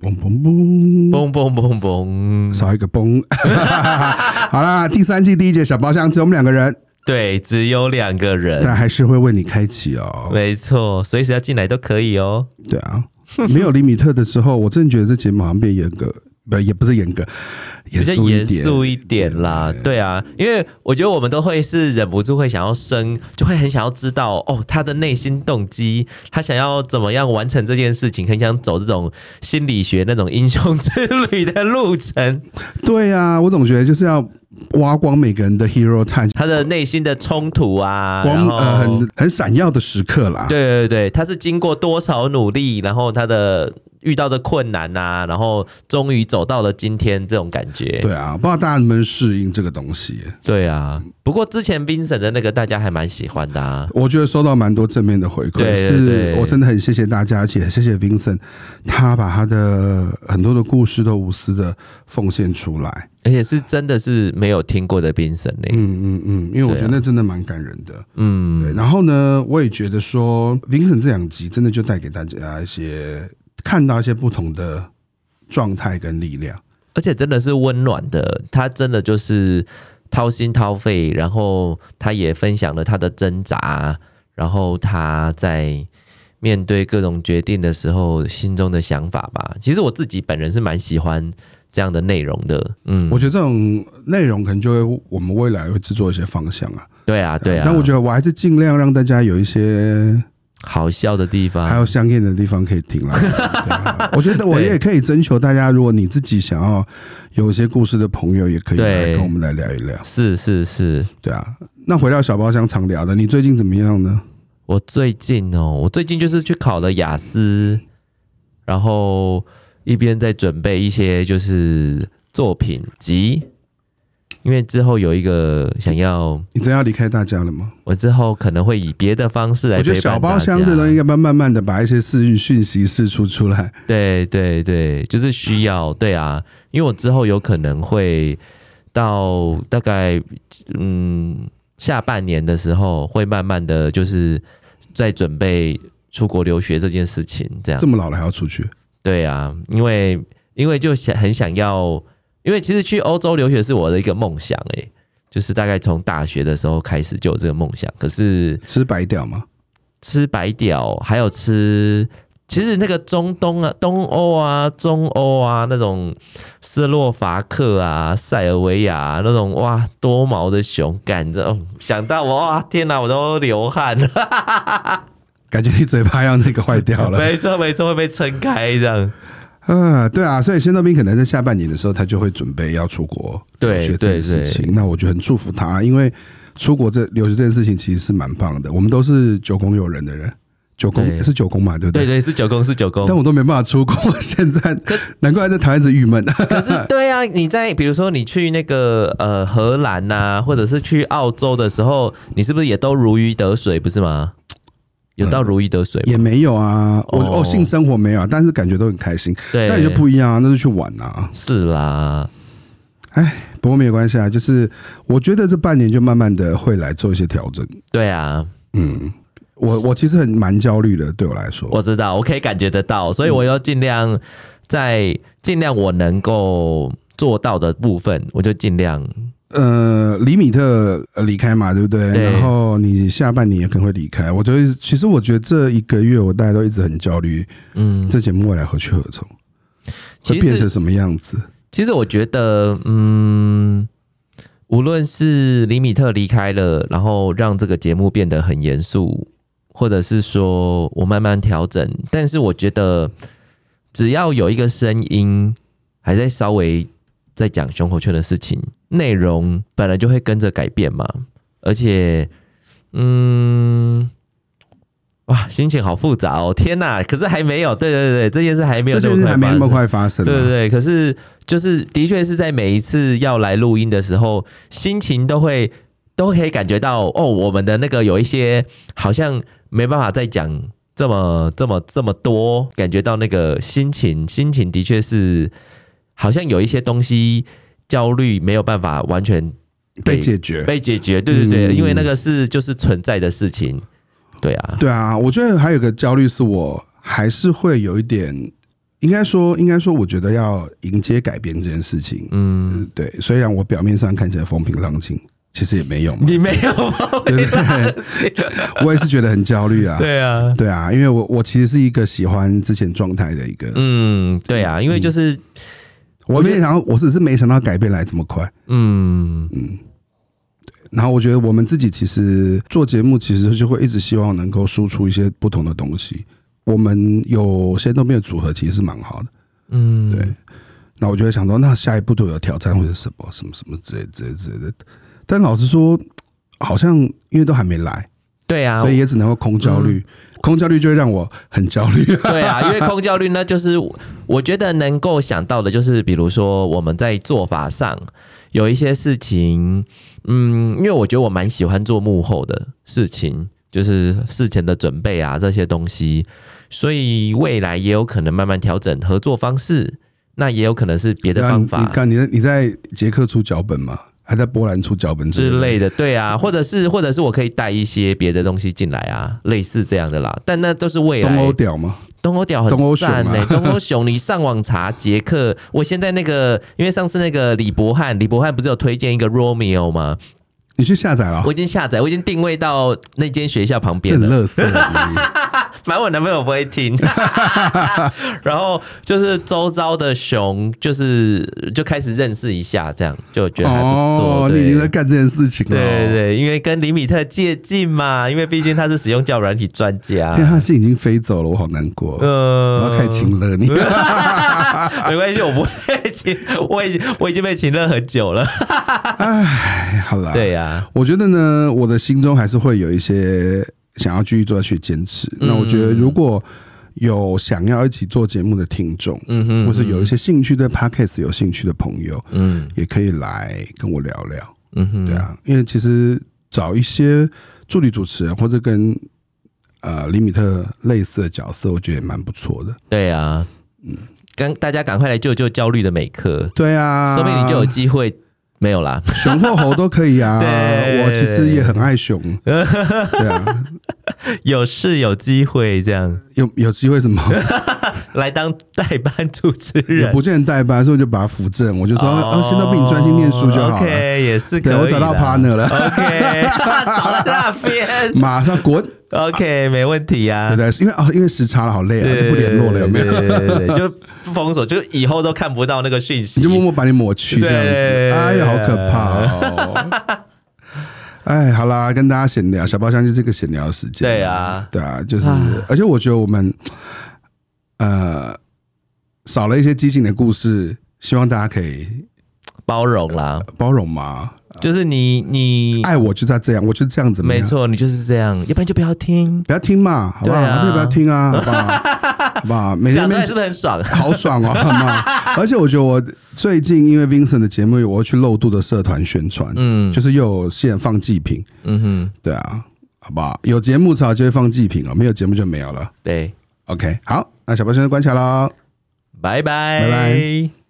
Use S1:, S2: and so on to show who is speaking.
S1: 嘣嘣，
S2: 嘣嘣嘣嘣，
S1: 少一个嘣。 好啦，第三季第一节小包厢只有我们两个人，
S2: 对，只有两个人，
S1: 但还是会为你开启哦。
S2: 没错，随时要进来都可以哦。
S1: 对啊，没有厘米特的时候，我真的觉得这节目好像变严格，不也不是严格，严
S2: 比较
S1: 肃一
S2: 严
S1: 点。
S2: 肃一点啦，对啊，因为我觉得我们都会是忍不住会想要生，就会很想要知道哦，他的内心动机，他想要怎么样完成这件事情，很想走这种心理学那种英雄之旅的路程，
S1: 对啊，我总觉得就是要挖光每个人的 hero time，
S2: 他的内心的冲突啊，然
S1: 光
S2: 后、
S1: 呃很很闪耀的时刻啦。
S2: 对对对，他是经过多少努力，然后他的遇到的困难啊，然后终于走到了今天这种感觉，
S1: 对啊，不知道大家能不能适应这个东西。
S2: 对啊。不过之前冰神的那个大家还蛮喜欢的啊。
S1: 我觉得收到蛮多正面的回馈，
S2: 对对对
S1: 是我真的很谢谢大家，而且谢谢 Vincent，他把他的很多的故事都无私的奉献出来。
S2: 而且是真的是没有听过的冰神呢、
S1: 嗯嗯嗯，因为我觉得那真的蛮感人的。
S2: 嗯，
S1: 对，然后呢，我也觉得说 Vincent 这两集真的就带给大家一些看到一些不同的状态跟力量。
S2: 而且真的是温暖的，他真的就是掏心掏肺，然后他也分享了他的挣扎，然后他在面对各种决定的时候心中的想法吧。其实我自己本人是蛮喜欢这样的内容的，嗯，
S1: 我觉得这种内容可能就会我们未来会制作一些方向啊。
S2: 对啊，对啊，
S1: 但我觉
S2: 得
S1: 得我还是尽量让大家有一些
S2: 好笑的地方，
S1: 还有香艳的地方可以听啦。对啊我觉得我也可以征求大家，如果你自己想要有一些故事的朋友，也可以来
S2: 对
S1: 跟我们来聊一聊。
S2: 是是是，
S1: 对啊，那回到小包厢常聊的，你最近怎么样呢？
S2: 我最近哦，我最近就是去考了雅思，然后一边在准备一些就是作品集，因为之后有一个想要，
S1: 你真要离开大家了吗？
S2: 我之后可能会以别的方式来
S1: 我觉
S2: 陪
S1: 得小
S2: 伴
S1: 包
S2: 大家。
S1: 厢这东西，要不要慢慢的把一些私讯息释出出来？
S2: 对对对，就是需要，对啊，因为我之后有可能会到大概嗯下半年的时候，会慢慢的就是在准备出国留学这件事情，这样
S1: 这。么老了还要出去？
S2: 对啊，因为因为就想很想要，因为其实去欧洲留学是我的一个梦想诶、就是大概从大学的时候开始就有这个梦想，可是
S1: 吃白屌吗？
S2: 吃白屌，还有吃。其实那个中东啊、东欧啊、中欧啊，那种斯洛伐克啊、塞尔维亚、啊、那种哇，多毛的熊，赶着、哦、想到我哇，天哪，我都流汗了。
S1: 感觉你嘴巴要那个坏掉了。
S2: 没错，没错，会被撑开这样。
S1: 啊，对啊，所以仙豆兵可能在下半年的时候，他就会准备要出国
S2: 对
S1: 留学这件事情。那我就很祝福他，因为出国这留学这件事情其实是蛮棒的。我们都是九宫有人的人，九宫
S2: 对
S1: 是九宫嘛，对不
S2: 对
S1: 对？
S2: 对，是九宫，是九宫。
S1: 但我都没办法出国， 现在
S2: 可是
S1: 难怪在台湾一直郁闷。
S2: 可是，对啊，你在比如说你去那个呃荷兰呐、或者是去澳洲的时候，你是不是也都如鱼得水，不是吗？有到如鱼得水吗？
S1: 也没有啊，我
S2: 哦
S1: 哦性生活没有啊，但是感觉都很开心。
S2: 对，
S1: 那也就不一样啊，那就去玩啊。
S2: 是啦，
S1: 不过没有关系啊，就是我觉得这半年就慢慢的会来做一些调整。
S2: 对啊，
S1: 嗯，我我其实很蛮焦虑的，对我来说，
S2: 我知道，我可以感觉得到，所以我要尽量在尽量我能够做到的部分，我就尽量
S1: 呃，李米特呃离开嘛，对不对？
S2: 对
S1: 然后你下半年也可能会离开。我觉得其实我觉得这一个月我大家都一直很焦虑，
S2: 嗯。
S1: 这节目未来何去何从，会
S2: 其
S1: 变成
S2: 实，
S1: 什么样子？
S2: 其实我觉得，嗯。无论是李米特离开了，然后让这个节目变得很严肃，或者是说我慢慢调整，但是我觉得只要有一个声音还在稍微在讲胸口圈的事情，内容本来就会跟着改变嘛，而且，嗯。哇，心情好复杂哦！天哪，可是还没有，对对对，这件事还没有
S1: 这
S2: 这
S1: 件
S2: 么
S1: 事
S2: 快
S1: 还没那么
S2: 发生
S1: 快发生、啊。
S2: 对对对，可是就是的确是在每一次要来录音的时候，心情都会都可以感觉到哦，我们的那个有一些好像没办法再讲这么这么这么多，感觉到那个心情，心情的确是好像有一些东西焦虑没有办法完全
S1: 被解决。
S2: 被解决，对对对，
S1: 嗯
S2: 因为那个是就是存在的事情，对啊，
S1: 对啊，我觉得还有个焦虑是我还是会有一点应该说，应该说，我觉得要迎接改变这件事情，
S2: 嗯，
S1: 嗯，对。虽然我表面上看起来风平浪静，其实也没 有嘛，
S2: 你没有吗？
S1: 对不对？我也是觉得很焦虑啊，
S2: 对啊，
S1: 对啊，因为我我其实是一个喜欢之前状态的一个，
S2: 嗯，对啊，因为就是
S1: 我没想到，我只是没想到改变来这么快。
S2: 嗯
S1: 然后我觉得我们自己其实做节目，其实就会一直希望能够输出一些不同的东西。我们有些都没有组合，其实是蛮好的。
S2: 嗯，
S1: 对那我就会想说，那下一步都有挑战或者什么什么什么之类之类之类的。但老实说，好像因为都还没来，
S2: 对啊，嗯
S1: 所以也只能够空焦虑。空焦虑就会让我很焦虑。
S2: 对 啊，因为空焦虑呢，就是我觉得能够想到的，就是比如说我们在做法上有一些事情，嗯，因为我觉得我蛮喜欢做幕后的事情，就是事前的准备啊这些东西，所以未来也有可能慢慢调整合作方式，那也有可能是别的
S1: 对啊
S2: 方
S1: 你
S2: 法
S1: 看你在你在捷克出脚本嘛，还在波兰出脚本
S2: 之
S1: 的。
S2: 类的，对啊，或者是或者是我可以带一些别的东西进来啊，类似这样的啦，但那都是未来
S1: 东欧屌吗？
S2: 东欧屌
S1: 东欧
S2: 很
S1: 熊
S2: 赞
S1: 啊
S2: 呢、东欧熊，你上网查捷克，我现在那个，因为上次那个李博翰，李博翰不是有推荐一个 Romeo 吗？
S1: 你去下载了、
S2: 我已经下载，我已经定位到那间学校旁
S1: 这
S2: 边
S1: 很
S2: 了。
S1: 乐色。你
S2: 反正我男朋友不会听， 然后就是周遭的熊，就是就开始认识一下，这样就 觉得还不错。
S1: 哦，
S2: 对
S1: 你已经在干这件事情了。哦
S2: 对对对，因为跟李米特借近嘛，因为毕竟他是使用教软体专 家
S1: 因为。他心已经飞走了，我好难过。
S2: 嗯
S1: 我要开情了， 你
S2: 没关系，我不会请，我已经我已经被请了很久了。
S1: 哎好啦。，
S2: 对呀、
S1: 我觉得呢，我的心中还是会有一些想要继续做下去的坚持。那我觉
S2: 嗯
S1: 得如果有想要一起做节目的听众，
S2: 嗯哼，
S1: 或是有一些兴趣对 podcast 有兴趣的朋友，
S2: 嗯
S1: 也可以来跟我聊聊。
S2: 嗯哼，
S1: 对，啊，因为其实找一些助理主持人或者跟呃李米特类似的角色，我觉得也蛮不错的。
S2: 对啊，赶大家赶快来救救焦虑的美克，
S1: 对啊，
S2: 说不定你就有机会。没有啦，
S1: 熊或猴都可以啊。
S2: 对
S1: 我其实也很爱 熊。对啊，
S2: 有事有机会这样
S1: 有有机会什么
S2: 来当代班主持
S1: 也
S2: 人。
S1: 不见得代班，所以我就把它扶正。我就说，哦，现在不你专心念书就好了。
S2: OK，也是可
S1: 对
S2: 以啦。
S1: 我找到 partner 了
S2: OK，少在 那边。
S1: 马上滚，对
S2: OK，没问题 啊。
S1: 不对？因为啊，因为时差了，好累啊，就不联络了，有没有？
S2: 对对对对，就不封锁，就以后都看不到那个讯息。
S1: 你就默默把你抹去这样
S2: 对
S1: 子，哎呀，好可怕哦！哎，好啦，跟大家闲聊，小包厢就是这个闲聊的时间。
S2: 对啊
S1: 对啊，就是，而且我觉得我们呃少了一些激情的故事，希望大家可以
S2: 包容啦，
S1: 包容嘛。
S2: 就是你你
S1: 爱啊我就在这样，我就这样子，
S2: 嗯没，错，你就是这样，要不然就不要听。
S1: 不要听嘛，好不好？
S2: 对啊
S1: 要不要听啊，好不 好？好不好？每天
S2: 讲出来
S1: 面
S2: 是不是 很爽？
S1: 好爽哦，好吗？而且我觉得我最近因为 Vincent 的节目，我又去漏度的社团宣传，
S2: 嗯
S1: 就是又有现放祭品，
S2: 嗯哼，
S1: 对啊，好不好？有节目才就会放祭品哦，没有节目就没有了。
S2: 对，
S1: OK，好，那小包先生关起来喽。
S2: 拜拜，
S1: 拜拜。